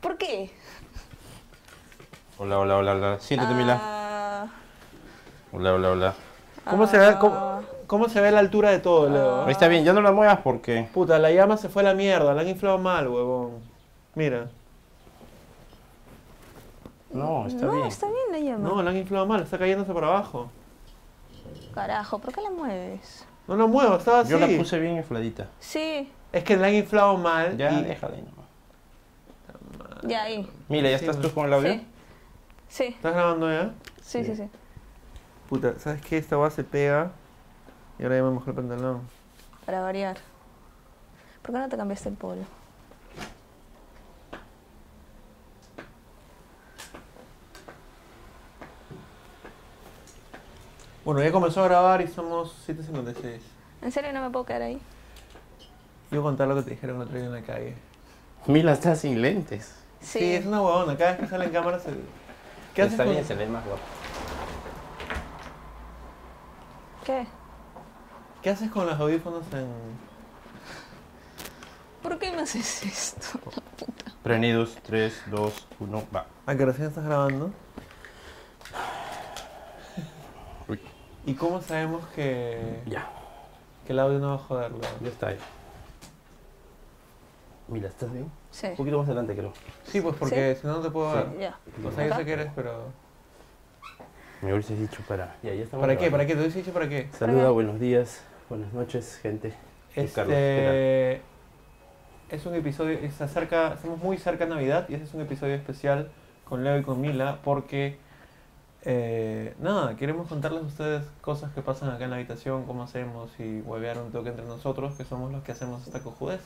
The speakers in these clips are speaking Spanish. ¿Por qué? Hola, hola, hola, hola. Siéntate, Mila. Ah, Hola, hola, hola. ¿Cómo se, ve, cómo, cómo se ve la altura de todo, Leo? Ahí está bien, ya no la muevas porque. Puta, la llama se fue a la mierda, la han inflado mal, huevón. Mira. No, está no, bien. está bien la llama. No, la han inflado mal, está cayéndose para abajo. Carajo, ¿por qué la mueves? No la muevo, estaba así. Yo la puse bien infladita. Sí, Es que la han inflado mal. Ya, y- déjala ahí nomás. ya ahí. Mila, ¿ya Sí, estás pues. tú con el audio? Sí. Sí, ¿Estás grabando ya? sí, sí, sí. Puta, ¿sabes qué? Esta va se pega. Y ahora ya me mojé el pantalón. Para variar. ¿Por qué no te cambiaste el polo? Bueno, ya comenzó a grabar y somos 7.56. ¿En serio no me puedo quedar ahí? Yo voy a contar lo que te dijeron el otro día en la calle. Mila está sin lentes. Sí, es una huevona. Cada vez que sale en cámara se... ¿Qué haces está con- bien, se ve más guapo. ¿Qué? ¿Qué haces con los audífonos en...? ¿Por qué me haces esto? Prenidos, 3, 2, 1, va. ¿A que recién estás grabando? Uy, ¿Y cómo sabemos que, ya, que el audio no va a joderlo? ya está ahí. Mila, ¿estás bien? Sí. Un poquito más adelante, creo. Sí, pues porque si no, no te puedo Sí. ver. Ya. O sea, yo Acá. sé que eres, pero... Me hubiese dicho para. Ya, ya estamos ¿Para qué? grabando. ¿Para qué? ¿Te hubiese dicho para qué? Saluda, Ajá. buenos días, buenas noches, gente. Soy Carlos, ¿qué Este... Es un episodio... Es acerca, estamos muy cerca de Navidad y este es un episodio especial con Leo y con Mila porque... eh, nada, queremos contarles a ustedes cosas que pasan acá en la habitación, cómo hacemos y huevear un toque entre nosotros, que somos los que hacemos esta cojudez.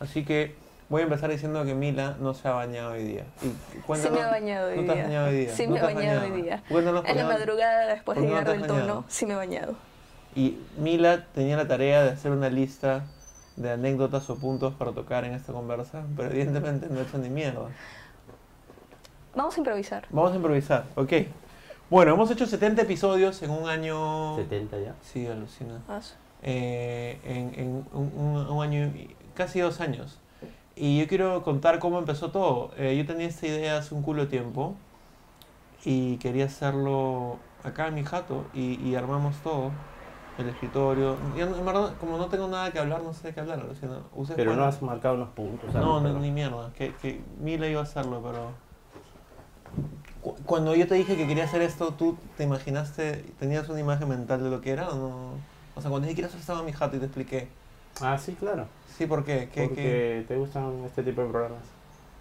Así que voy a empezar diciendo que Mila no se ha bañado hoy día. Y Sí cuéntanos- me he bañado hoy ¿No te día. has bañado hoy día? Sí ¿No me he te has bañado hoy bañado? día. Cuéntanos En la por qué no- del después de ¿Por qué no llegar te has del bañado? tono, sí me he bañado. Y Mila tenía la tarea de hacer una lista de anécdotas o puntos para tocar en esta conversa, pero evidentemente no he hecho ni mierda. Vamos a improvisar. Vamos a improvisar, ok. Bueno, hemos hecho 70 episodios en un año... tal? 70 ya. Sí, alucina. Vas. Eh, en en un, un- un año, y- casi dos años. Y yo quiero contar cómo empezó todo. Eh, yo tenía esta idea hace un culo de tiempo y quería hacerlo acá en mi jato y, y armamos todo. El escritorio. Ya no- en verdad, como no tengo nada que hablar, no sé de qué hablar. alucina. ¿Ustedes Pero no cuentan? has marcado unos puntos. No, algo, no, perdón. ni mierda. Que, que Mila iba a hacerlo, pero. Cu- Cuando yo te dije que quería hacer esto, ¿tú te imaginaste, tenías una imagen mental de lo que era o no? O sea, cuando dije que estaba en mi jato y te expliqué. Ah, sí, claro. Sí, ¿por qué? ¿Qué, porque qué? te gustan este tipo de programas.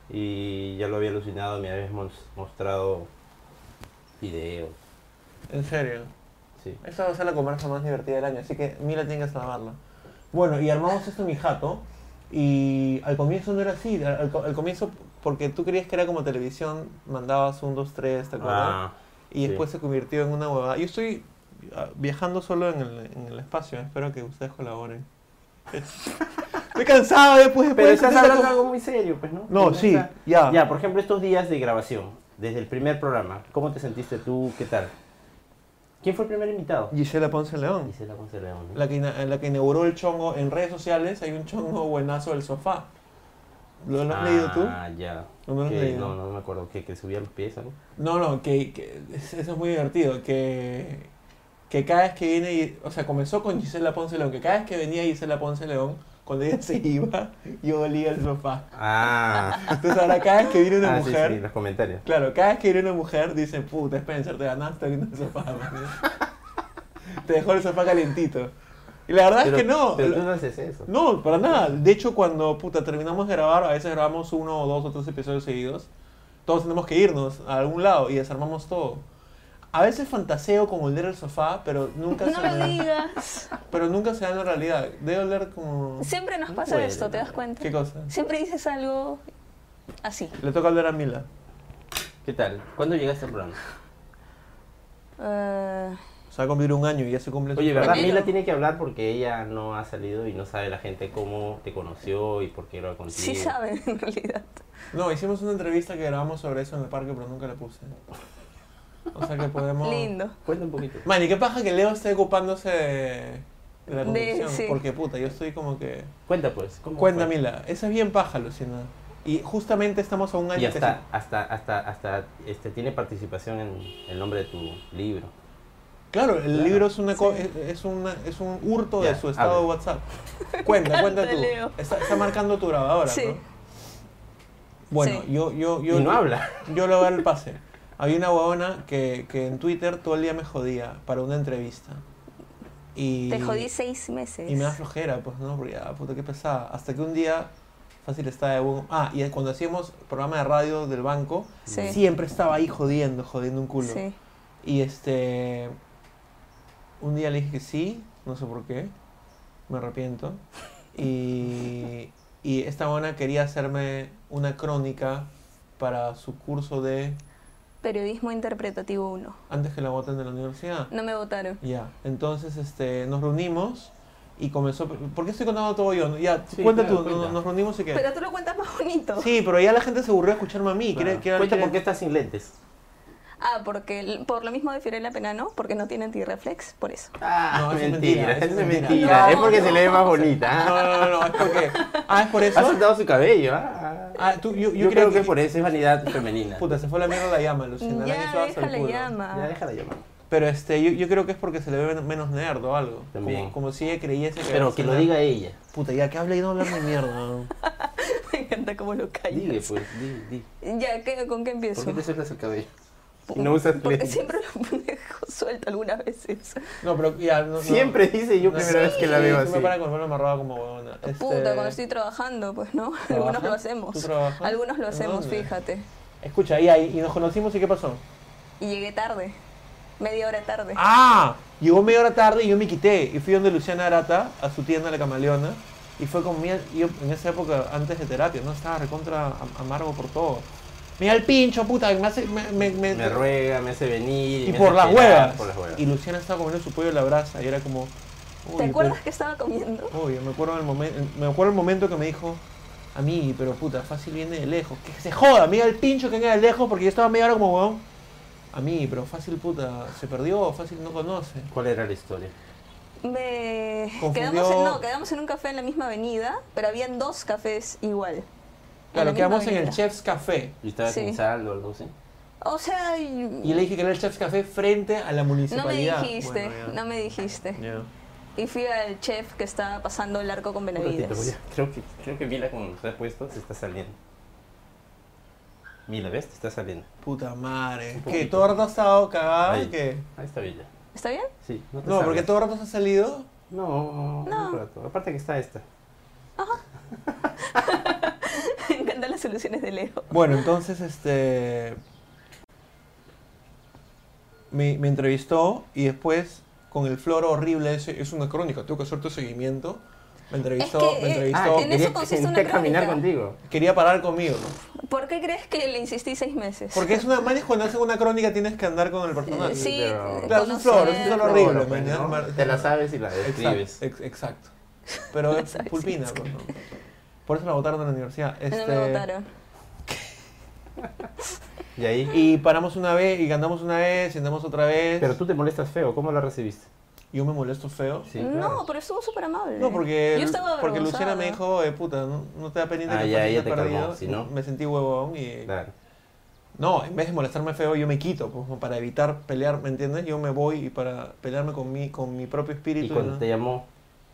Y ya lo había alucinado, me habías mos- mostrado videos. En serio. Sí. Esta va a ser la conversa más divertida del año, así que Mila tiene que salvarla. Bueno, y armamos esto en mi jato. Y al comienzo no era así. Al, al co- al comienzo, porque tú creías que era como televisión, mandabas un, dos, tres, ¿te acuerdas? Ah, Y Sí. después se convirtió en una huevada. Yo estoy ah, viajando solo en el, en el espacio. Espero que ustedes colaboren. estoy cansado eh, pues, después. pero después estás de- hablando de algo muy serio, pues, ¿no? No, Que sí, está- ya. Ya, por ejemplo, estos días de grabación, desde el primer programa, ¿cómo te sentiste tú? ¿Qué tal? ¿Quién fue el primer invitado? Gisela Ponce León. Gisela Ponce León, ¿no? La que, ina- la que inauguró el chongo en redes sociales. Hay un chongo buenazo del sofá. ¿Lo, lo has ah, leído tú? ya. No me lo has Que- leído. No, no me acuerdo. Que, que subía los pies, algo. No, no, que, que- eso es muy divertido, que, que cada vez que viene, y- o sea, comenzó con Gisela Ponce León, que cada vez que venía Gisela Ponce León, cuando ella se iba, yo olía el sofá. Ah. Entonces ahora cada vez que viene una Ah, sí, mujer, sí, los comentarios. claro, cada vez que viene una mujer dice, puta, Spencer, te ganaste oliendo el sofá. man". te dejó el sofá calentito. Y la verdad Pero- es que no. Pero lo- tú no haces eso. no, para nada. De hecho, cuando puta, terminamos de grabar, a veces grabamos uno o dos o tres episodios seguidos. Todos tenemos que irnos a algún lado y desarmamos todo. A veces fantaseo con oler el sofá, pero nunca, No se, lo me, digas. pero nunca se da en la realidad. Debe oler como... Siempre nos No pasa puede, esto, ¿te das no. cuenta? ¿Qué cosa? Siempre dices algo así. Le toca oler a Mila. ¿Qué tal? ¿Cuándo llegaste al programa? Eh, Se va a cumplir un año y ya se cumple su Oye, ¿verdad? Enero. Mila tiene que hablar porque ella no ha salido y no sabe la gente cómo te conoció y por qué lo ha contigo. sí saben, en realidad. No, hicimos una entrevista que grabamos sobre eso en el parque, pero nunca la puse. O sea que podemos... Lindo. Cuenta un poquito. Man, y qué paja que Leo esté ocupándose de, de De- la conducción. sí. Porque puta, yo estoy como que... Cuenta pues. ¿cómo fue? Cuéntamela, esa es bien paja, Luciana. Y justamente estamos a un año Y que hasta, se- hasta, hasta, hasta este, tiene participación en el nombre de tu libro. Claro, el Claro. libro es una, co- Sí. es, es una- es un hurto Ya, de su estado de habla. WhatsApp. Cuenta, cuenta tú. Leo. Está, está marcando tu grabadora, Sí. ¿no? Bueno, Sí. yo, yo, yo, y no habla. yo le voy a dar el pase. Había una huevona que, que en Twitter todo el día me jodía para una entrevista. Y, Te jodí seis meses. Y me da flojera, pues, ¿no? Porque, ah, puta, qué pesada. Hasta que un día, fácil estaba de buen... Ah, y cuando hacíamos programa de radio del banco, Sí. siempre estaba ahí jodiendo, jodiendo un culo. Sí. Y este. Un día le dije que sí, no sé por qué, me arrepiento. Y, y esta buena quería hacerme una crónica para su curso de Periodismo interpretativo 1. antes que la voten de la universidad. No me votaron. Ya, entonces este, nos reunimos y comenzó. ¿Por qué estoy contando todo yo? Ya, Sí, cuenta claro, tú, cuenta. no- nos reunimos y qué. Pero tú lo cuentas más bonito. Sí, pero ya la gente se aburrió de escucharme a mí. quiere- Claro. quiere- Cuenta quiere- por qué estás sin lentes. Ah, porque el- por lo mismo de Fiorella Penano, porque no tiene antirreflex, por eso. Ah, No, eso es mentira, mentira, eso es eso es mentira. mentira. No, es porque no. se le ve más bonita. No, ¿ah? no, no, no, es porque. Ah, es por eso. Ha soltado su cabello. ah. Ah, tú, yo, yo Yo, creía creo que, que es por eso, es vanidad femenina. Puta, se fue la mierda la llama, Luciana. la han hecho ya, hasta el déjala culo. llama. Ya déjala llamar. Pero este, yo, yo creo que es porque se le ve men- menos nerd o algo. También. Como, como si ella creyese que... Pero era que ser lo nerd. diga ella. Puta, ya que habla y no hablar de mierda. Me encanta cómo lo Diga, callas. pues, di, di. Ya, ¿qué- ¿con qué empiezo? ¿Por qué te sueltas el cabello? Y no usas Porque lentes. siempre lo dejo suelto algunas veces. No, pero ya... No, no. Siempre dice yo No, primera sí, vez que la veo tú me así. paras con el pelo amarrado como huevona. Este, Puta, cuando estoy trabajando, pues no. Algunos ¿trabajas? lo ¿Tú hacemos. trabajas? Algunos lo ¿En hacemos, dónde? fíjate. Escucha, y, ahí, y nos conocimos y ¿qué pasó? Y llegué tarde. Media hora tarde. ¡Ah! Llegó media hora tarde y yo me quité. Y fui donde Luciana Arata, a su tienda La Camaleona. Y fue con miel. Yo en esa época, antes de terapia, ¿no? Estaba recontra am- amargo por todo. Mira el pincho, puta. Me hace... Me, me, me- Me ruega, me hace venir. y me por hace las esperar, huevas. Por las huevas. Y Luciana estaba comiendo su pollo en la brasa. Y era como... "Uy, ¿Te pero- acuerdas que estaba comiendo? Obvio, me acuerdo el momento, me acuerdo el momento que me dijo a mí, pero puta, fácil viene de lejos. Que se joda, mira el pincho que venga de lejos porque yo estaba media hora como huevón. A mí, pero fácil puta, se perdió, fácil no conoce. ¿Cuál era la historia? Me Confundió- quedamos en, no, quedamos en un café en la misma avenida, pero habían dos cafés igual. en la Claro, misma quedamos en el avenida. Chef's Café. Yo estaba Sí. pensando algo así. O sea, y- Y le dije que era el Chef's Café frente a la no me municipalidad. dijiste, Bueno, ya. no me dijiste. Ya. Y fui al chef que estaba pasando el arco con Un ratito, pues, Benavides. voy a- creo que creo que Mila con los puestos se está saliendo. Mila, ¿ves? Te está saliendo. Puta madre. Que poquito. todo el rato ha estado cagada. Ahí. que Ahí está Villa. ¿Está bien? Sí, no te No, salgas. porque todo el rato se ha salido. No, No. no. un rato. Aparte que está esta. me encantan las soluciones de Leo. Bueno, entonces este. Me, me entrevistó y después, con el floro horrible, ese, es una crónica, tengo que hacer tu seguimiento. Me entrevistó, Es que, me eh, entrevistó. en eso consiste quería una caminar crónica. contigo. Quería parar conmigo. ¿Por qué crees que le insistí seis meses? Porque es una. Manes, cuando haces una crónica tienes que andar con el personaje. Sí, pero- Claro, es un flor, es un flor conocer- horrible, Bueno, pues, mañana, ¿no? mar- Te la sabes y la describes. Exacto. ex- exacto. Pero es sabes, pulpina, pues, ¿no? Por eso la votaron en la universidad. No Este, me votaron. Y ahí. Y paramos una vez, y ganamos una vez, y andamos otra vez. Pero tú te molestas feo, ¿cómo la recibiste? Yo me molesto feo. Sí, No, pero estuvo súper amable. No, porque, Yo estaba porque Luciana me avergonzada. dijo, eh, puta, no, no te da pendiente Ah, que ya, fácil ella te te calmó, perdido. si no. Me sentí huevón pues, y... Claro. No, en vez de molestarme feo, yo me quito, pues, como para evitar pelear, ¿me entiendes? Yo me voy y para pelearme con mi, con mi propio Y espíritu. cuando ¿no? te llamó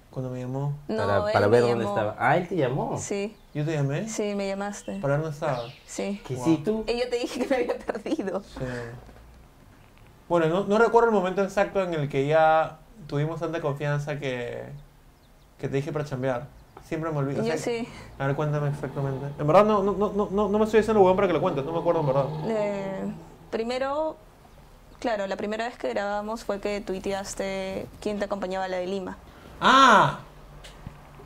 Cuando me llamó, No, para, él para me ver dónde llamó. estaba. Ah, él te llamó. Sí, yo te llamé sí, me llamaste. Oh. para ver dónde estaba. Sí. Que Wow. sí, tú. Y yo te dije que me había perdido. Sí. Bueno, no, no recuerdo el momento exacto en el que ya tuvimos tanta confianza que, que te dije para chambear. Siempre me olvido. o Y sea, yo sí. A ver, cuéntame exactamente. En verdad no, no, no, no, no me estoy haciendo huevón para que lo cuentes, no me acuerdo en verdad. Eh, primero, claro, la primera vez que grabamos fue que tuiteaste quién te acompañaba a la de Lima. ¡Ah!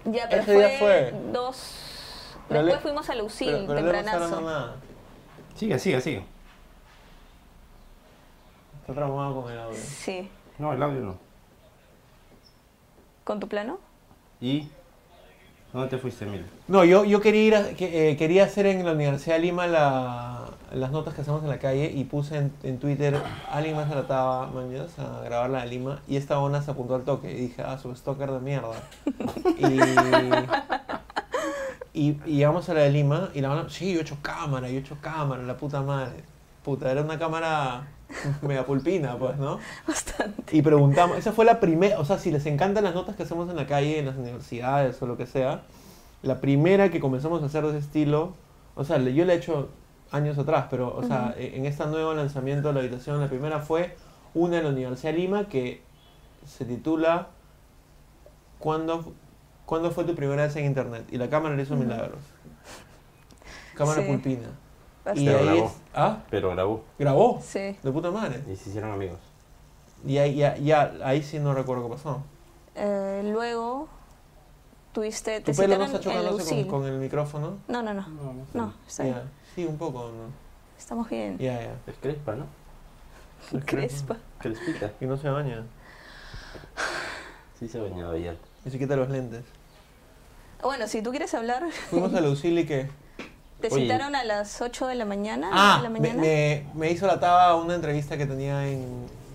Ya, pero Ese día fue, fue. dos. Pero Después le- fuimos a Lucil, pero, pero le hemos tempranazo. tardado nada. Sigue, sigue, sigue. Está traumado con el audio. sí. No, el audio no. ¿Con tu plano? ¿Y dónde te fuiste, Mila? No, yo, yo quería ir a- que- eh, quería hacer en la Universidad de Lima la- las notas que hacemos en la calle y puse en, en Twitter, alguien más trataba, mañas, a grabarla a Lima y esta onda se apuntó al toque y dije, ah, su stalker de mierda. y, Y, y llegamos a la de Lima y la mano, sí, yo he hecho cámara, yo he hecho cámara, la puta madre. Puta, era una cámara megapulpina, pues, ¿no? Bastante. Y preguntamos, esa fue la primera, o sea, si les encantan las notas que hacemos en la calle, en las universidades o lo que sea, la primera que comenzamos a hacer de ese estilo, o sea, le- yo la he hecho años atrás, pero, o sea, e- en este nuevo lanzamiento de la habitación, la primera fue una en la Universidad de Lima que se titula ¿Cuándo, ¿Cuándo fue tu primera vez en Internet? Y la cámara le hizo milagros. Cámara Sí. pulpina. Y Bastante. Pero ahí grabó. es- ¿Ah? Pero grabó ¿Grabó? Sí. De puta madre. y se hicieron amigos. Y ahí, ya, ya, ahí sí no recuerdo qué pasó. Eh, luego tuviste. Tu Te pelo citaron no está en chocándose con, Lucil. con el micrófono. No, no, no. No, está bien. Ya. Sí, Mm. un poco. ¿no? Estamos bien. Ya, ya. Es crespa, ¿no? Crespa. Crespita. Y no se baña. Sí se ha bañado ayer. Ni se quita los lentes. Bueno, si tú quieres hablar, Fuimos a Lucille y que. te Oye. citaron a las 8 de la mañana. Ah, de la me, mañana. me, me hizo la taba una entrevista que tenía en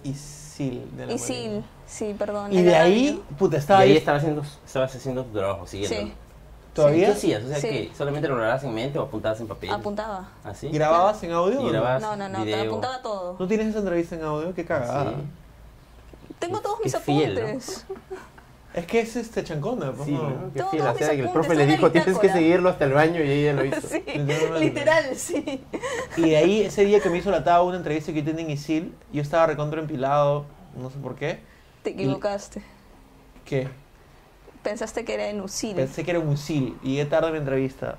Isil. De la y sí, Marina. sí, perdón. Y en de la ahí, radio. puta, Y estaba ahí ahí. estabas haciendo, estabas haciendo tu trabajo, siguiendo. Sí, ¿Qué ¿Todavía? hacías? O sea, Sí. que solamente lo grababas en mente o apuntabas en papel. ¿Ah, apuntaba. ¿Así? ¿Grababas en audio? o Y no? grababas No, no, no, te video. apuntaba todo. ¿No tienes esa entrevista en audio? Qué cagada. Sí. Tengo todos Qué mis fiel, ¿no? apuntes. Es que es este chancona, pues, Sí, no. ¿no? Qué Todos fiel, mis o sea, que el apuntes, profe le una dijo, tienes que bitácora". seguirlo hasta el baño y ella lo hizo. Sí, Literalmente. literal, sí. Y de ahí, ese día que me hizo la taba una entrevista que yo tenía en Isil, yo estaba recontra empilado, no sé por qué. Te equivocaste. que Pensaste que era en Usil. Pensé que era un SIL y llegué tarde a mi entrevista.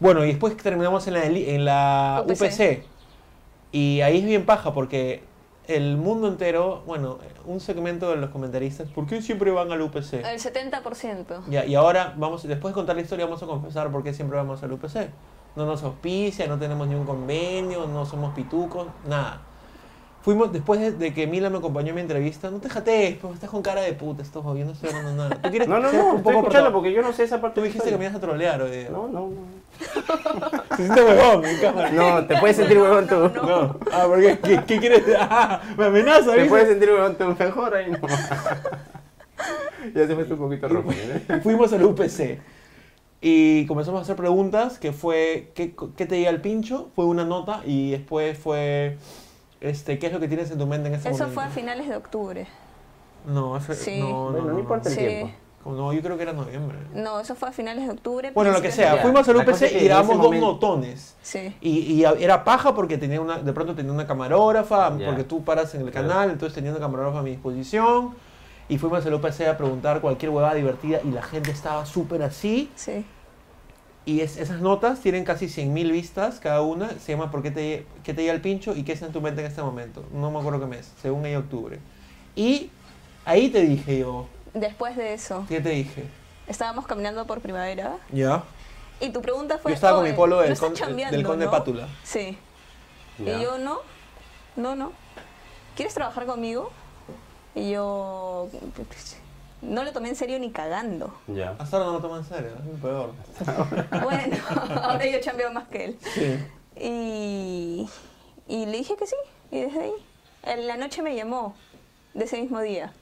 Bueno, y después terminamos en la, deli- en la UPC. UPC. Y ahí es bien paja porque el mundo entero, bueno, un segmento de los comentaristas, ¿por qué siempre van al UPC? El 70%. Ya, y ahora, vamos, después de contar la historia, vamos a confesar por qué siempre vamos al UPC. No nos auspicia, no tenemos ni un convenio, no somos pitucos, nada. Fuimos, después de, de que Mila me acompañó en mi entrevista, no te jatees, pues estás con cara de puta, estos jodidos, no estoy hablando nada. ¿Tú quieres No, no, ser no, un estoy poco escuchando portavoz? porque yo no sé esa parte. Tú de la dijiste que me historia. ibas a trolear hoy día. No, no, no. Te hiciste huevón en cámara. No, te puedes sentir huevón tú. No. Ah, ¿por qué? ¿Qué, qué quieres? Ah, me amenaza, Te ¿viste? puedes sentir huevón tú. Mejor ahí no. Ya se fue un poquito ¿eh? rojo. ¿no? Y fuimos al UPC. Y comenzamos a hacer preguntas, que fue, ¿qué, qué te llega al pincho? Fue una nota y después fue, este, ¿qué es lo que tienes en tu mente en ese Eso momento? fue a finales de octubre. No, eso- Sí. no, no, Bueno, no, no no. importa el Sí. tiempo. Como no, yo creo que era noviembre. No, eso fue a finales de octubre. Bueno, lo que principios sea, Ya, fuimos al la cosa UPC es que y en grabamos ese dos momento- notones. de- Sí. Y, y a- era paja porque tenía una, de pronto tenía una camarógrafa, Ya. porque tú paras en el Claro. canal, entonces tenía una camarógrafa a mi disposición. Y fuimos al OPC a preguntar cualquier huevada divertida y la gente estaba súper así. Sí. Y es- esas notas tienen casi 100.000 vistas cada una. Se llama ¿Por qué te, qué te llega el pincho y qué está en tu mente en este momento? No me acuerdo qué mes, según ella octubre. Y ahí te dije yo, Después de eso, ¿qué te dije? estábamos caminando por primavera Ya. y tu pregunta fue. Yo estaba con "Oye, mi polo ¿no del, estás con- chambeando, del Conde no?". Pátula. Sí. Ya. Y yo, no, no, no. ¿Quieres trabajar conmigo? Y yo. No lo tomé en serio ni cagando. Ya. Hasta ahora no lo toman en serio, es lo peor. Bueno, ahora yo chambeo más que él. Sí. Y, y le dije que sí, y desde ahí. En la noche me llamó de ese mismo día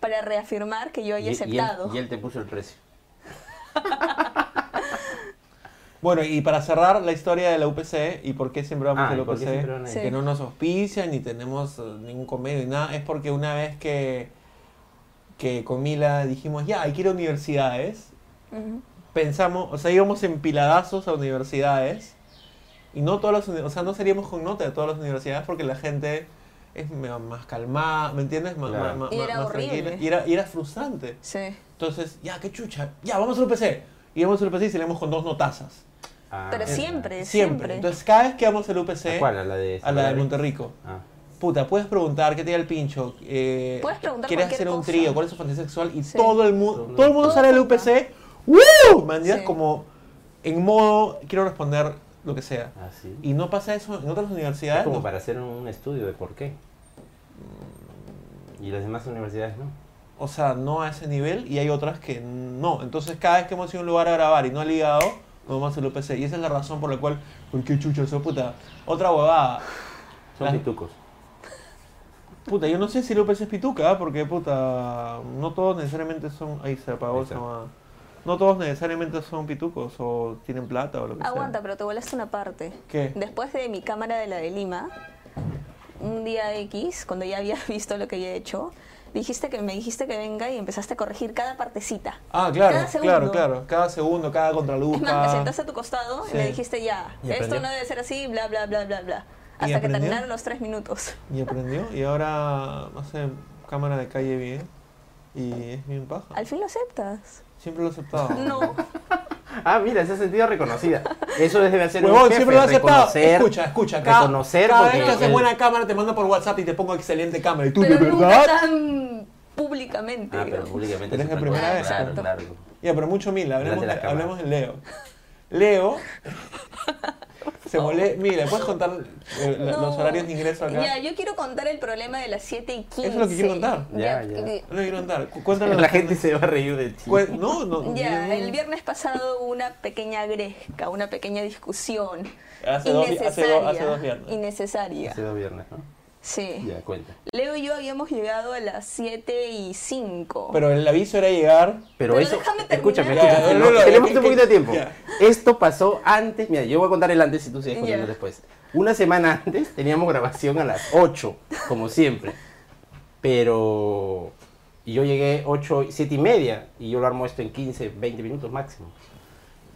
para reafirmar que yo Y, había y él, aceptado. y él te puso el precio. Bueno, y para cerrar la historia de la UPC y por qué siempre vamos Ah, a la ¿y por qué siempre van UPC, ahí? Sí. que no nos auspicia ni tenemos eh, ningún convenio ni nada, es porque una vez que, que con Mila dijimos, ya, hay que ir a universidades, Ujú. pensamos, o sea, íbamos empiladazos a universidades y no todas las, uni- o sea, no seríamos con nota de todas las universidades porque la gente es me- más calmada, ¿me entiendes? Más, Claro. más- Y más- era más horrible. tranquila. Y era, y era frustrante. Sí. Entonces, ya, qué chucha, ya, vamos al UPC. Y íbamos al UPC y salíamos con dos notazas. Ah, Pero ya. siempre, siempre. Entonces, cada vez que vamos al UPC, ¿A cuál? ¿A la de a la de Monterrey? Monterrico, Ah. puta, puedes preguntar qué te da el pincho. Eh, Puedes preguntar ¿Quieres cualquier hacer un cosa. trío? ¿Cuál es tu fantasía sexual? Y Sí. todo el mundo, Todo todo el mundo mundo. sale del UPC, ¡Woo! Man, ya Sí. como en modo, quiero responder lo que sea. Ah, sí. Y no pasa eso en otras Es universidades. como no. para hacer un estudio de por qué. Y las demás universidades no. O sea, no a ese nivel y hay otras que no. Entonces, cada vez que hemos ido a un lugar a grabar y no ha ligado, nos vamos al UPC. Y esa es la razón por la cual, ¿por qué chucho eso, puta? Otra huevada. Son Las- pitucos. Puta, yo no sé si ¿eh? López es pituca, ¿ah? porque puta, no todos necesariamente son. Ahí se apagó Ahí esa está. mamada. No todos necesariamente son pitucos o tienen plata o lo que Aguanta, sea. pero te volaste una parte. ¿Qué? Después de mi cámara de la de Lima, un día X, cuando ya habías visto lo que había hecho, dijiste que me dijiste que venga y empezaste a corregir cada partecita. Ah, claro, Cada segundo. claro, claro. Cada segundo, cada contraluz. Es más, te cada- sentaste a tu costado Sí. y me dijiste ya, Y esto aprendió. no debe ser así, bla, bla, bla, bla, bla. ¿Y Hasta que aprendió? terminaron los tres minutos. Y aprendió. Y ahora hace cámara de calle bien. Y es bien paja. Al fin lo aceptas. Siempre lo he aceptado. No. Ah, mira, se ha sentido reconocida. Eso debe ser Huevón, un jefe, siempre lo he aceptado. reconocer, Escucha, escucha. Cada, reconocer cada porque Ah, vez que haces el- buena cámara te mando por WhatsApp y te pongo excelente cámara. Y tú, pero ¿de nunca verdad? tan públicamente. Ah, pero digamos. públicamente Pero es se la primera reconoce, vez, Claro, exacto. claro. Ya, pero mucho mil, hablemos, Delante de la cámara. hablemos de Leo. Leo se mole... Mira, ¿puedes contar eh, la- los No. horarios de ingreso acá? Ya, yo quiero contar el problema de las 7 y 15. es lo que quiero contar. Ya, ya. No lo quiero contar. Cu- Cuéntale a La gente se va a reír de ti. Cu- No, no. Ya, no. el viernes pasado hubo una pequeña gresca, una pequeña discusión. Hace dos vi- innecesaria. hace do- hace dos viernes. Innecesaria. Ha sido viernes, ¿no? Eh. Sí. Ya, cuenta. Leo y yo habíamos llegado a las 7 y 5. Pero el aviso era llegar. Pero, Pero eso, déjame terminar. escúchame, Ya, escúchame, no, no, no, tenemos es que- un poquito de tiempo. ya. Esto pasó antes, mira, yo voy a contar el antes y tú sigues contando Ya. después. Una semana antes teníamos grabación a las 8, como siempre. Pero y yo llegué 8, 7 y media y yo lo armo esto en 15, 20 minutos máximo.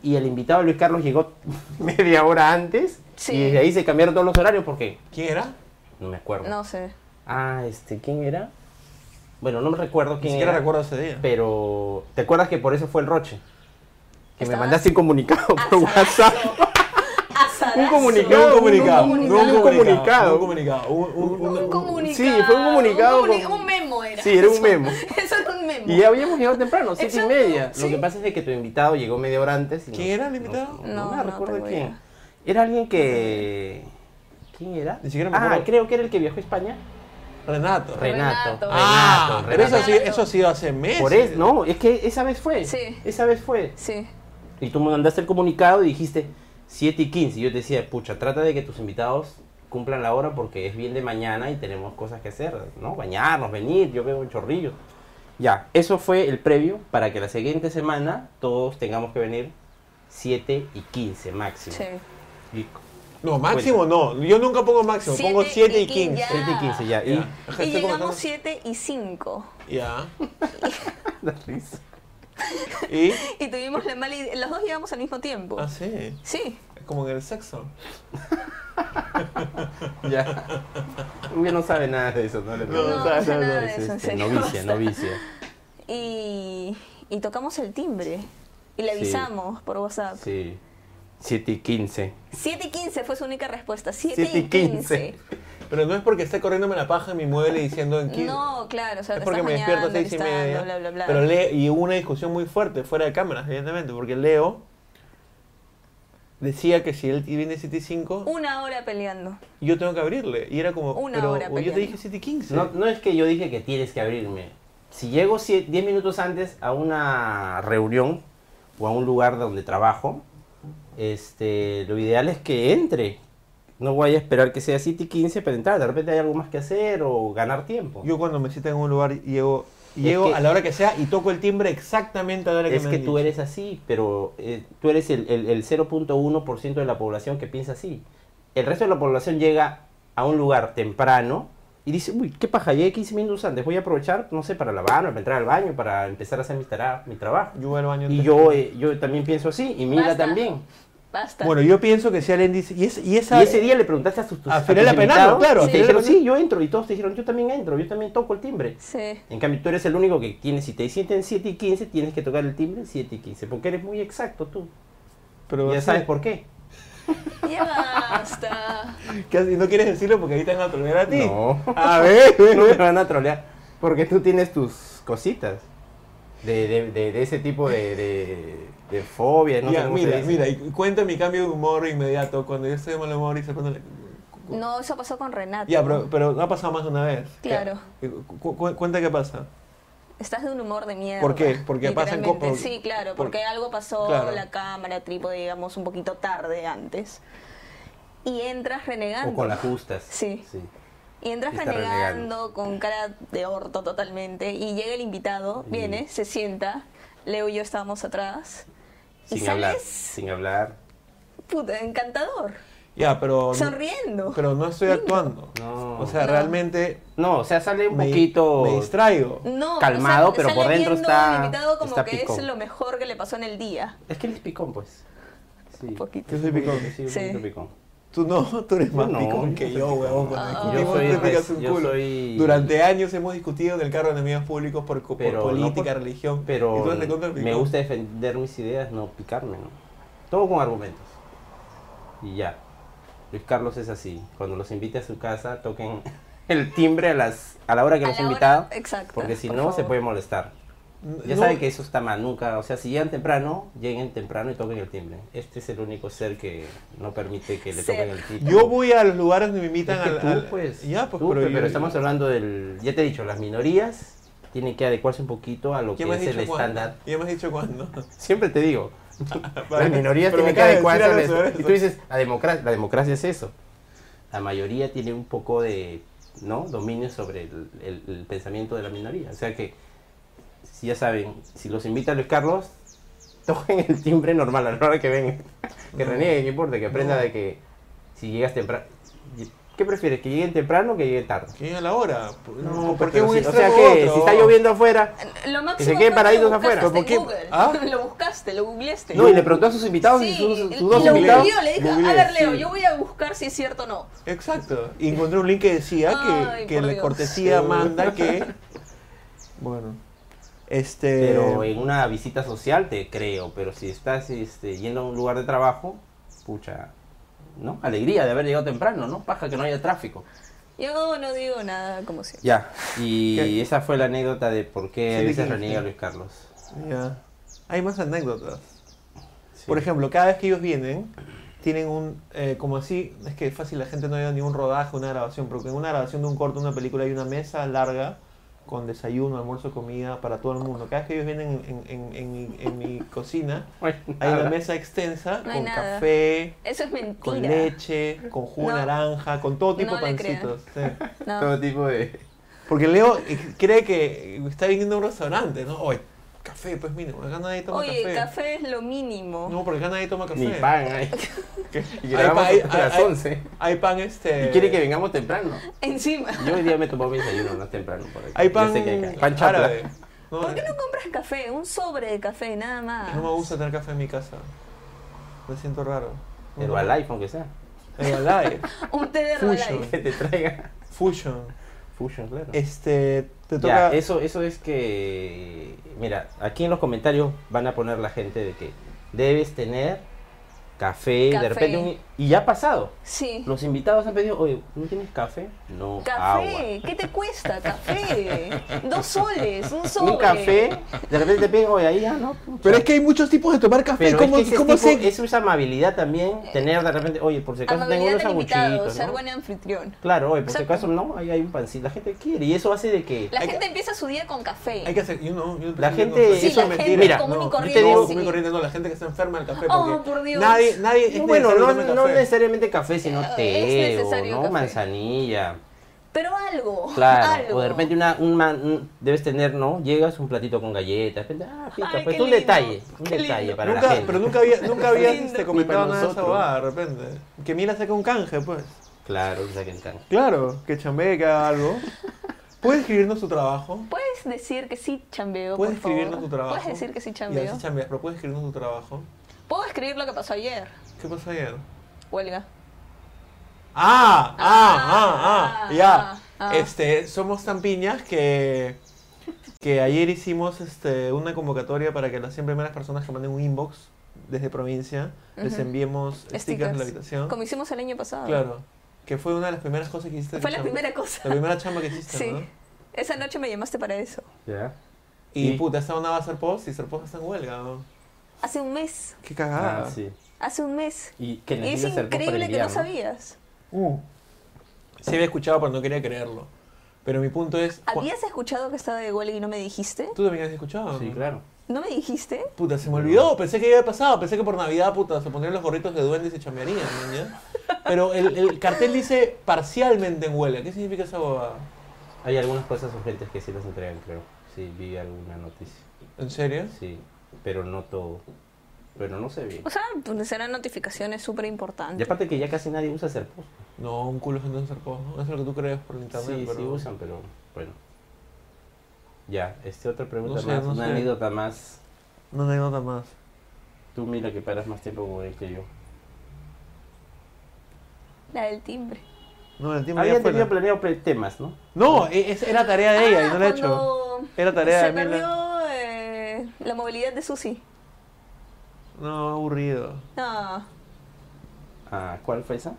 Y el invitado Luis Carlos llegó media hora antes Sí. y desde ahí se cambiaron todos los horarios porque ¿Quién era? no me acuerdo. No sé. Ah, este, ¿quién era? Bueno, no me recuerdo Ni quién siquiera era. recuerdo ese día. Pero, ¿te acuerdas que por eso fue el roche? Que me Estabas mandaste un comunicado por asadazo. WhatsApp. Asadazo. Un No, comunicado, un comunicado. un no, un comunicado. comunicado. Un comunicado. un- un- un- Un comunicado. Sí, fue un comunicado Un, comuni- con- un memo era. Sí, era un Eso- memo. Eso era un memo. Y ya habíamos llegado temprano, siete y Exacto, media. Lo sí. que pasa es de que tu invitado llegó media hora antes. y ¿Quién era el invitado? No, No, me no recuerdo tengo quién. idea. Era alguien que... ¿Quién era? Ni siquiera me ah, acuerdo. creo que era el que viajó a España. Renato. Renato. Renato, Ah, pero eso, Renato. ha sido- eso ha sido hace meses. Por eso, no, es que esa vez fue. Sí. Esa vez fue. Sí. Y tú me mandaste el comunicado y dijiste 7 y 15. Y yo te decía, pucha, trata de que tus invitados cumplan la hora porque es bien de mañana y tenemos cosas que hacer, ¿no? Bañarnos, venir, yo veo un chorrillo. Ya, eso fue el previo para que la siguiente semana todos tengamos que venir 7 y 15 máximo. Sí. Y No, máximo no. Yo nunca pongo máximo. Siete pongo 7 y y quince, 15. ya. 7 y 15, ya. Y, Ya. Ajá, Y estoy llegamos comentando. 7 y 5. Ya. la risa. ¿Y? Y tuvimos la mala idea. Los dos llegamos al mismo tiempo. Ah, sí. Sí. Es Como en el sexo. Ya. Rubia no sabe nada de eso, ¿no? Le No, pregunto. no sabe nada de eso, en Este, serio. Novicia, novicia. Y, y tocamos el timbre. Y le Sí. avisamos por WhatsApp. Sí. 7 y 15. 7 y 15 fue su única respuesta. 7, 7 y 15. Pero no es porque esté corriéndome la paja en mi mueble diciendo en 15. No, claro, o sea, Es te porque estás me despierto a bañando, seis y listando, media. bla, bla, bla. Pero le y hubo una discusión muy fuerte fuera de cámaras, evidentemente, porque Leo decía que si él viene 7 y 5, Una hora peleando. yo tengo que abrirle. Y era como, Una pero hora yo te peleando. dije 7 y 15. No, no es que yo dije que tienes que abrirme. Si llego sie- 10 minutos antes a una reunión o a un lugar donde trabajo, este, lo ideal es que entre. No voy a esperar que sea 7 y 15 para entrar. De repente hay algo más que hacer o ganar tiempo. Yo cuando me citan en un lugar llego, Es llego que- a la hora que sea y toco el timbre exactamente a la hora que es me que han tú dicho. eres así, pero eh, tú eres el, el- el 0.1% de la población que piensa así. El resto de la población llega a un lugar temprano y dice, uy, qué paja, llegué 15 minutos antes, voy a aprovechar, no sé, para lavarme, para entrar al baño, para empezar a hacer mi, tara- mi trabajo. Yo voy al baño. Y antes. yo, eh, yo también pienso así, y Mila Basta. también. Basta. Bueno, yo pienso que si alguien dice, y, es- y esa... Y ese día le preguntaste a sus tus, Al a tus final la penaron, invitados, y claro, al te final dijeron, la penaron. sí, yo entro, y todos te dijeron, yo también entro, yo también toco el timbre. Sí. En cambio, tú eres el único que tiene, si te sienten 7 y 15, tienes que tocar el timbre 7 y 15, porque eres muy exacto tú. pero ya sí, sabes por qué. Ya basta. ¿qué haces? no quieres decirlo porque ahí te van a trolear a ti. No. A ver, No me van a trolear. Porque tú tienes tus cositas. De, de- de- de ese tipo de, de, de fobia, no sé Ya, cómo se mira, dice. mira, y cuenta mi cambio de humor inmediato. Cuando yo estoy de mal humor y se prende la- No, eso pasó con Renato. Ya, pero, pero no ha pasado más de una vez. Claro. Ya, cu- cu- cu- cuenta qué pasa. Estás de un humor de mierda. ¿Por qué? Porque pasan co- literalmente. por- Sí, claro, por- porque algo pasó, claro. la cámara, trípode, digamos, un poquito tarde antes. Y entras renegando. O con las justas. Sí. Y entras Está renegando con cara de orto totalmente y llega el invitado, Y- viene, se sienta, Leo y yo estábamos atrás. y Sin sales, hablar. Sin hablar. puta, encantador. Ya, pero. Sonriendo. Pero no estoy actuando. No. O sea, No. realmente. No, o sea, sale un me- poquito. Me distraigo. no, calmado, pero por sale dentro viendo está- al invitado como está que es picón. lo mejor que le pasó en el día. Es que él es picón, pues. Sí. Un poquito. Yo soy picón. Sí, un Sí. poquito picón. Tú no, tú eres más Yo no, picón yo que soy yo, picón. huevón. Cuando Ah. discutimos, Yo soy te picas res- un yo culo. soy- Durante años hemos discutido en el carro de enemigos públicos por, por Pero no política, por- religión. y tú Pero eres recontra me picón. gusta defender mis ideas, no picarme, ¿no? Todo con argumentos. Y ya. Luis Carlos es así. Cuando los invite a su casa, toquen el timbre a, las, a la hora que A los la hora- invitado. exacto, Porque si por no, se favor. puede molestar. Ya No, saben que eso está mal, nunca. O sea, si llegan temprano, lleguen temprano y toquen el timbre. Este es el único ser que no permite que le Ser. toquen el timbre. Yo voy a los lugares donde me Es invitan que al, tú, al- pues, Ya, pues, tú, pero, pero, yo- estamos hablando del. Ya te he dicho, las minorías tienen que adecuarse un poquito a lo que ¿Ya me has es el dicho cuándo? estándar. ¿Ya me has dicho cuándo? Siempre te digo. Vale, las minorías pero me tienen que acaba adecuarse de decir al algo sobre estándar. Y eso. tú dices, la democracia, la democracia es eso. La mayoría tiene un poco de ¿no? dominio sobre el, el- el pensamiento de la minoría. O sea que, si ya saben, si los invita Luis Carlos, toquen el timbre normal a la hora que vengan. Que renieguen, no importa, que aprenda No. de que si llegas temprano. ¿Qué prefieres? ¿Que lleguen temprano o que lleguen tarde? ¿Qué a la hora? No, pues, porque pero un si- O sea extremo que, otro, si está huevón. lloviendo afuera, Lo máximo Que se queden fue lo paraditos buscaste afuera. en ¿Por qué? Google. ¿Ah? Lo buscaste, lo googleaste. No, y le preguntó a sus invitados, Sí, y sus, sus y dos lo invitados. googleó, le dijo, a Googleé, ver Leo, sí. yo voy a buscar si es cierto o no. Exacto. Y encontré un link que decía Ay, que, que por la Dios. cortesía Sí. manda que. Bueno. Este. Pero eh, en una visita social te creo, pero si estás este, yendo a un lugar de trabajo, pucha, ¿no? Alegría de haber llegado temprano, ¿no? Paja que no haya tráfico. Yo no digo nada como siempre. Ya, y ¿Qué? esa fue la anécdota de por qué a Sí, veces sí, reniega sí. Luis Carlos. Ya. Hay más anécdotas. Sí. Por ejemplo, cada vez que ellos vienen, tienen un. eh, como así, es que fácil la gente no lleva ni un rodaje, una grabación, pero en una grabación de un corto, una película, hay una mesa larga con desayuno, almuerzo, comida para todo el mundo. Cada vez que ellos vienen en, en- en- en mi- en mi cocina, Bueno, hay habla. una mesa extensa No hay con nada. café, Eso es con mentira. leche, con jugo de No. naranja, con todo tipo No de le crean. pancitos. sí. No. Todo tipo de... Porque Leo eh, cree que está viniendo a un restaurante, ¿no? Oye, café, pues mínimo, acá nadie toma Oye, café. café. es lo mínimo. No, porque acá nadie toma café. Ni pan hay. Que- Y hay, grabamos pa- hay- a las hay- 11. hay pan este. Y quiere que vengamos temprano. Encima. Yo hoy día me tomé mi desayuno más temprano por aquí. Hay Ya pan, sé que hay pan chapla. árabe. No, ¿Por qué no compras café? Un sobre de café, nada más. no me gusta tener café en mi casa. Me siento raro. Pero al iPhone, aunque sea. Herbalife. Un té de Herbalife. Fusion. Que te traiga. Fusion. Fusion, claro. Este, te Ya, toca. eso, eso es que, mira, aquí en los comentarios van a poner la gente de que debes tener café, Café. de repente, un- y ya ha pasado. Sí. Los invitados han pedido, oye, ¿no tienes café? No, agua. Café, ¿qué te cuesta? Café. Dos soles, un sobre. Un café, de repente te piden, oye, ahí ya no. pucha". Pero es que hay muchos tipos de tomar café. Pero ¿Cómo, es que ese cómo tipo- se.? eso es amabilidad también, tener de repente, oye, por si acaso tengo Eh, Amabilidad unos del invitado, sanguchitos, ser ¿no? buen anfitrión. Claro, oye, por si Exacto. acaso no, ahí hay un pancito, la gente quiere, y eso hace de que... La Hay que- gente empieza su día con café. Hay que hacer. yo no- yo no La pretendo- gente- Sí, eso la es gente mentira. común y no, corriente, yo te digo sí. común y corriente, no, la gente que está enferma del café. Oh, porque por Dios. Nadie, nadie este, es No, bueno, necesario no, tomar no café. necesariamente café, sino Eh, Es té o necesario ¿no? café. manzanilla. Pero algo. Claro, algo. o de repente una, un man- un- debes tener, ¿no? Llegas un platito con galletas, de repente, ah, pica, Ay, pues qué un lindo, detalle, un qué detalle lindo. para la Nunca, gente. pero nunca había, nunca había Lindo. este, comentado Ni para nada de esa nosotros. huevada, de repente. Que Mila saca un canje, pues. Claro, que saquen can. Claro, que chambee, que haga algo. ¿Puedes escribirnos tu trabajo? Puedes decir que sí chambeo. ¿Puedes por favor? escribirnos tu trabajo? Puedes decir que sí Y a chambeo. veces chambeas, pero puedes escribirnos tu trabajo. Puedo escribir lo que pasó ayer. ¿Qué pasó ayer? Huelga. Ah, ah, ah, ah, Ah, ya. ah. Este, somos tan piñas que, que ayer hicimos este, una convocatoria para que las 100 primeras personas que manden un inbox desde provincia les Ujú. enviemos stickers, de la habitación. Como hicimos el año pasado. Claro, que fue una de las primeras cosas que hiciste. en Fue la chamba. primera cosa. La primera chamba que hiciste, Sí. ¿no? Esa noche me llamaste para eso. Ya. Y Sí. puta, esta onda va a ser post y ser post está en huelga. ¿no? Hace un mes. Qué Ah, cagada. sí. Hace un mes. Y que Y es necesitas hacer post para increíble que enviar, no sabías. Uh. Sí había escuchado, pero no quería creerlo. Pero mi punto es... Juan- ¿Habías escuchado que estaba de huelga y no me dijiste? ¿Tú también has escuchado? Sí, claro. ¿No me dijiste? Puta, se me olvidó. Pensé que ya había pasado. Pensé que por Navidad, puta, se pondrían los gorritos de duendes y chambearían, ¿no? ¿Ya? Pero el, el cartel dice parcialmente en huelga. ¿Qué significa esa bobada? Hay algunas cosas urgentes que sí las entregan, creo. Sí, vi alguna noticia. ¿En serio? Sí. pero no todo. Pero no se ve. O sea, pues serán notificaciones súper Y importantes. aparte que ya casi nadie usa Serpos. No, un culo gente no se acercó, ¿no? Eso es lo que tú crees por internet. Sí, pero sí usan, pero bueno. Ya, este otra pregunta No sé, más, no una sé. anécdota más. Una anécdota más. Tú mira que paras más tiempo con él que yo. La del timbre. No, el tiempo Había ya fue. tenido ¿no? Ah, planeado pre- temas, ¿no? No, e- es- era tarea de ella y no la he hecho. Ah, cuando Era tarea se de Mila. perdió eh, la movilidad de Susi. No, aburrido. No, Ah, ¿Cuál fue esa?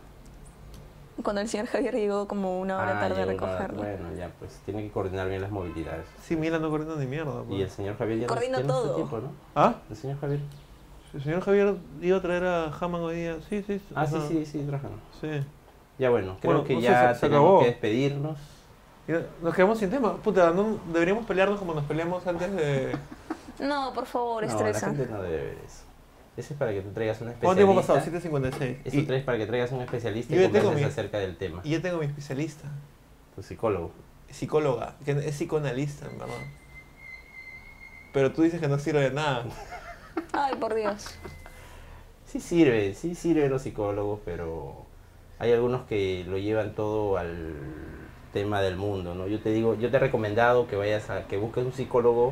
cuando el señor Javier llegó como una hora Ah, tarde a llegó una- recogerlo. Bueno, ya, pues tiene que coordinar bien las movilidades. Sí, Mila no coordina ni mierda. pues. Y el señor Javier ya no- Coordina ya no está todo. tiempo, ¿no? ¿Ah? El señor Javier. El señor Javier iba a traer a Hammond hoy día. Sí, sí. Ah, sí, ajá. sí, sí, trabajan. Sí. Ya bueno, creo Bueno, que no sé, ya se- se tenemos acabó. que despedirnos. Mira, Nos quedamos sin tema. Puta, no, deberíamos pelearnos como nos peleamos antes de. No, por favor, no, la estresa. gente no debe ver eso. Eso es para que tú traigas un ¿Cuánto tiempo ha especialista. pasado? 7.56. Eso Y, traes para que traigas un especialista Yo y ya tengo converses mi- acerca del tema. y yo tengo mi especialista. Tu psicólogo. Psicóloga. Que es psicoanalista, en verdad. Pero tú dices que no sirve de nada. Ay, por Dios. Sí sirve, sí sirve los psicólogos, pero hay algunos que lo llevan todo al tema del mundo, ¿no? Yo te digo, yo te he recomendado que vayas a, que busques un psicólogo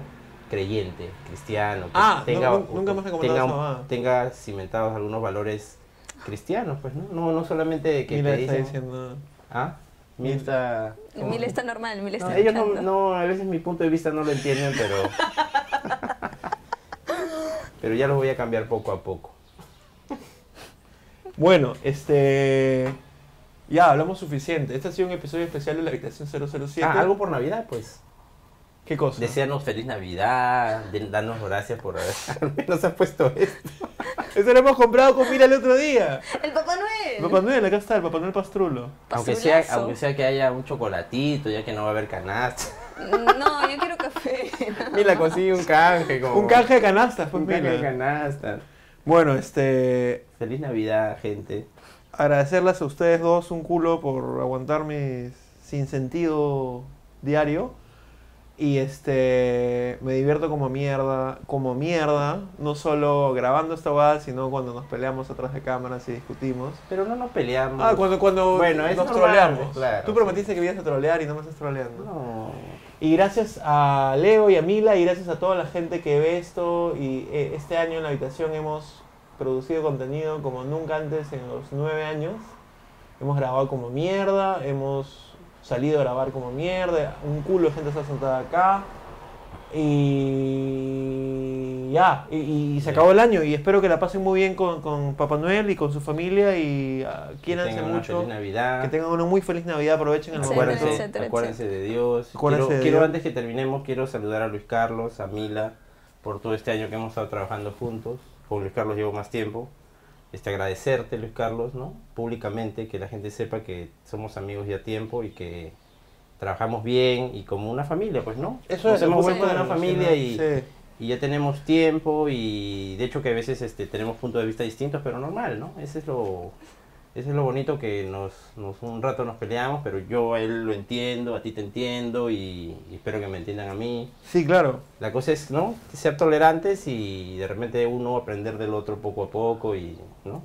creyente, cristiano, que Ah, no, tenga, nun- nunca me has tenga, recomendado esa mamada. tenga cimentados algunos valores cristianos, pues, ¿no? No, no solamente de que Mila te está dicen- diciendo. ¿ah, Mira está- Mil está normal, Mil No, está ellos no, luchando. no, a veces mi punto de vista no lo entienden, pero. pero ya lo voy a cambiar poco a poco. Bueno, este. Ya, hablamos suficiente. Este ha sido un episodio especial de la habitación 007. Ah, algo por Navidad, pues. ¿Qué cosa? Deseanos feliz Navidad, de- danos gracias por haber. Nos ha puesto esto. Eso lo hemos comprado con Mila el otro día. ¡El Papá Noel! Papá Noel, acá está, el Papá Noel Pastrulo. Aunque sea, Pasulazo. aunque sea que haya un chocolatito, ya que no va a haber canasta. No, yo quiero café. Mira, consigue un canje. Como, Un canje de canastas, pues Oh. un canje de Mila. canasta. Bueno, este. Feliz Navidad, gente. Agradecerles a ustedes dos un culo por aguantar mi sin sentido diario. Y este. Me divierto como mierda. Como mierda. No solo grabando esta guada, sino cuando nos peleamos atrás de cámaras y discutimos. Pero no nos peleamos. Ah, cuando, cuando Bueno, es nos normal, troleamos. claro, Tú sí. prometiste que ibas a trolear y no me estás troleando. No. Y gracias a Leo y a Mila y gracias a toda la gente que ve esto. Y eh, este año en la habitación hemos producido contenido como nunca antes en los nueve años. Hemos grabado como mierda, hemos salido a grabar como mierda. Un culo de gente está sentada acá. Y ya, y, y se acabó el año. Y espero que la pasen muy bien con, con Papá Noel y con su familia. Y ah, Que quiéranse tengan una mucho. feliz Navidad. Que tengan una muy feliz Navidad. Aprovechen el Sí, momento. Acuérdense, etcétera, acuérdense de Dios. Acuérdense quiero de quiero Dios. antes que terminemos, quiero saludar a Luis Carlos, a Mila, por todo este año que hemos estado trabajando juntos. Con Luis Carlos llevo más tiempo. Este, agradecerte, Luis Carlos, ¿no? Públicamente, que la gente sepa que somos amigos ya a tiempo y que trabajamos bien y como una familia, pues, ¿no? Eso Nos es, hemos pues, vuelto una sí, familia y, sí. y ya tenemos tiempo y de hecho que a veces este, tenemos puntos de vista distintos, pero normal, ¿no? Ese es lo, ese es lo bonito que nos, nos- un rato nos peleamos, pero yo a él lo entiendo, a ti te entiendo y, y espero que me entiendan a mí. Sí, claro. La cosa es, ¿no? Ser tolerantes y de repente uno aprender del otro poco a poco y, ¿no?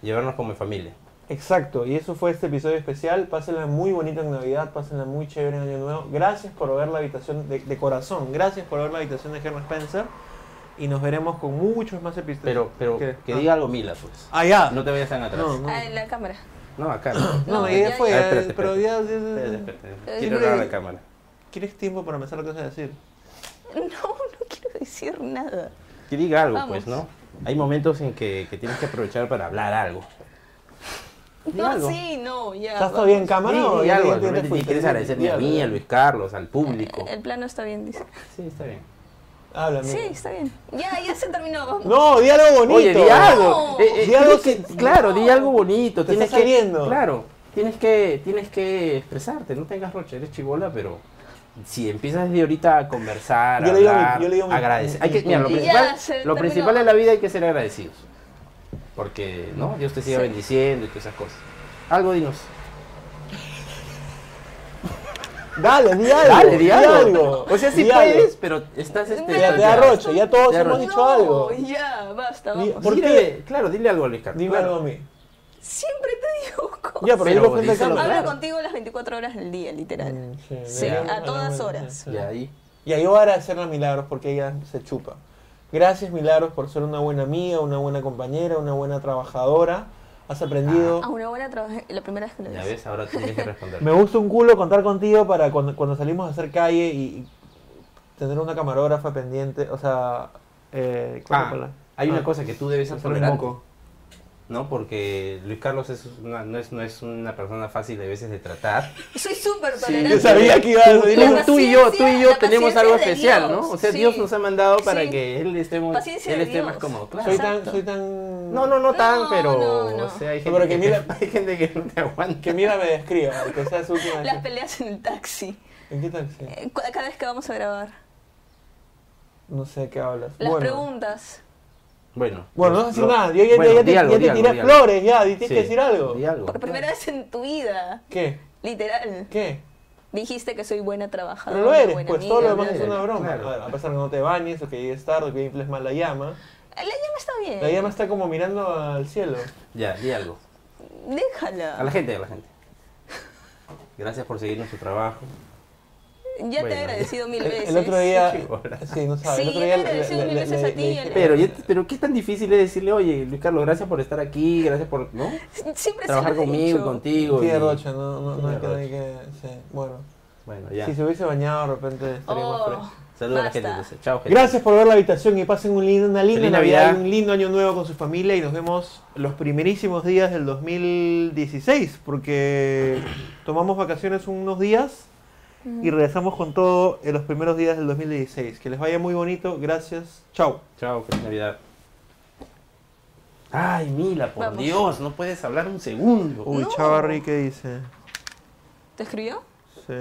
Llevarnos como familia. Exacto, y eso fue este episodio especial. Pásenla muy bonita en Navidad, pásenla muy chévere en Año Nuevo. Gracias por ver la habitación de, de corazón, gracias por ver la habitación de Herman Spencer. Y nos veremos con muchos más episodios. Pero, pero ¿Qué? que Ah. diga algo Mila, pues. Ah, ya. No te vayas tan atrás. No, No, no. Ah, en la cámara. acá. No. No, No, ya, ya- fue, Ah, espérate, eh, pero espérate. ya, ya- ya- Espérate, espérate. Eh, Quiero hablar a la cámara. ¿Quieres tiempo para pensar lo que vas a decir? No, no quiero decir nada. Que diga algo, Vamos. pues, ¿no? Hay momentos en que, que tienes que aprovechar para hablar algo. Di No, algo. sí, no, ya. ¿Estás vamos. todavía en cámara Di- o di ya- algo, ya- ya de te repente, si fuiste? quieres agradecerme a Di mí, a algo. Luis Carlos, al público. El plano está bien, dice. Sí, está bien. Habla, Sí, amigo. está bien. Ya, ya se terminó. vamos. No, di algo bonito. Oye, di algo. No. Eh, eh, Di algo tienes que- que- claro, di no. algo bonito. Te tienes está saliendo. Que, claro, tienes que, tienes que expresarte. No tengas roche, eres chivola, pero si empiezas de ahorita a conversar, Yo a le digo mi- hablar, yo le digo mi- agradecer. mi- Hay que, mira, lo Ya, principal, se lo terminó. principal en la vida hay que ser agradecidos. Porque, ¿no? Dios te siga Sí. bendiciendo y todas esas cosas. Algo dinos. Dale, di algo. Dale, di algo. algo, O sea, sí di algo. puedes, pero estás este. Ya te arrocho, ya todos Te hemos arrocho. dicho algo. Ya, basta, Ni- vamos. ¿Por Dile- qué? Claro, dile algo a Luis Carlos. Dime claro. algo a mí. Siempre te digo cosas. Ya, pero, Pero yo frente a díselo, cámara. Hablo claro. contigo las 24 horas del día, literal. Mm, sí, Sí, ya. a todas horas. Y ahí. Ya, yo voy a agradecerle a Milagros porque ella se chupa. Gracias, Milagros, por ser una buena amiga, una buena compañera, una buena trabajadora. Has aprendido. A una buena trabaja la primera vez que lo Ya ves. ves, ahora tú tienes que responder. Me gusta un culo contar contigo para cuando, cuando salimos a hacer calle y, y tener una camarógrafa pendiente. O sea, eh, Ah, ¿cuál es la- hay una Ah, cosa que tú debes ser por el tolerante, moco. ¿no? Porque Luis Carlos es una- no, es, no es una persona fácil de veces de tratar. Soy súper Yo tolerante. sabía que iba a Tú, decir eso. La tú y yo, tú paciencia- y yo la tenemos paciencia algo de especial, Dios, ¿no? O sea, sí. Dios nos ha mandado para Sí. que él esté, muy- Paciencia él de esté más Dios. cómodo. Claro. Soy tan, Exacto. soy tan. No, no, no tan, No, pero. no, no. O sea, hay gente, Pero que que, mira- hay gente que no te aguanta. Que mira, me describa, que sea su última Las vez. peleas en el taxi. ¿En qué taxi? Eh, cu- Cada vez que vamos a grabar. No sé de qué hablas. Las bueno. preguntas. Bueno. Bueno, no vas a decir nada. Yo ya, Bueno, ya te, di algo, ya di te algo, tiré di algo. flores, ya. di- Tienes Sí, que decir algo. di algo. Por primera vez en tu vida. ¿Qué? Literal. ¿Qué? Dijiste que soy buena trabajadora. Pero lo eres, buena pues amiga, todo lo demás bla, es bla, una broma. Claro. A ver, A pesar que no te bañes, o que llegues tarde, o que infles mal la llama. bla. La llama está bien. La llama está como mirando al cielo. Ya, di algo. A la Déjala. gente, a la gente. Gracias por seguir nuestro trabajo. Ya te Bueno. he agradecido mil El, veces. el otro día. Chibola. Sí, no sabes. Sí, el otro yo día le agradecí mil veces a ti, yo le- Pero, yo- pero qué tan difícil es decirle, oye, Luis Carlos, gracias por estar aquí, gracias por ¿no? Siempre trabajar se lo he conmigo, dicho. contigo. y- Tiene rocha, no, no, no, Tiene hay que, no hay rocha. que. Sí, bueno. Bueno, ya. Si se hubiese bañado, de repente estaría más Oh, fresco. Saludos a la basta. gente. entonces. Chao, gente. Gracias por ver la habitación y pasen un lindo- una linda Feliz Navidad, Navidad. y un lindo año nuevo con su familia y nos vemos los primerísimos días del 2016 porque tomamos vacaciones unos días y regresamos con todo en los primeros días del 2016. Que les vaya muy bonito, gracias, chao. Chao, feliz Navidad. Ay, Mila, por Vamos. Dios, no puedes hablar un segundo. Uy, No. Chavarri, ¿qué dice? ¿Te escribió? Sí.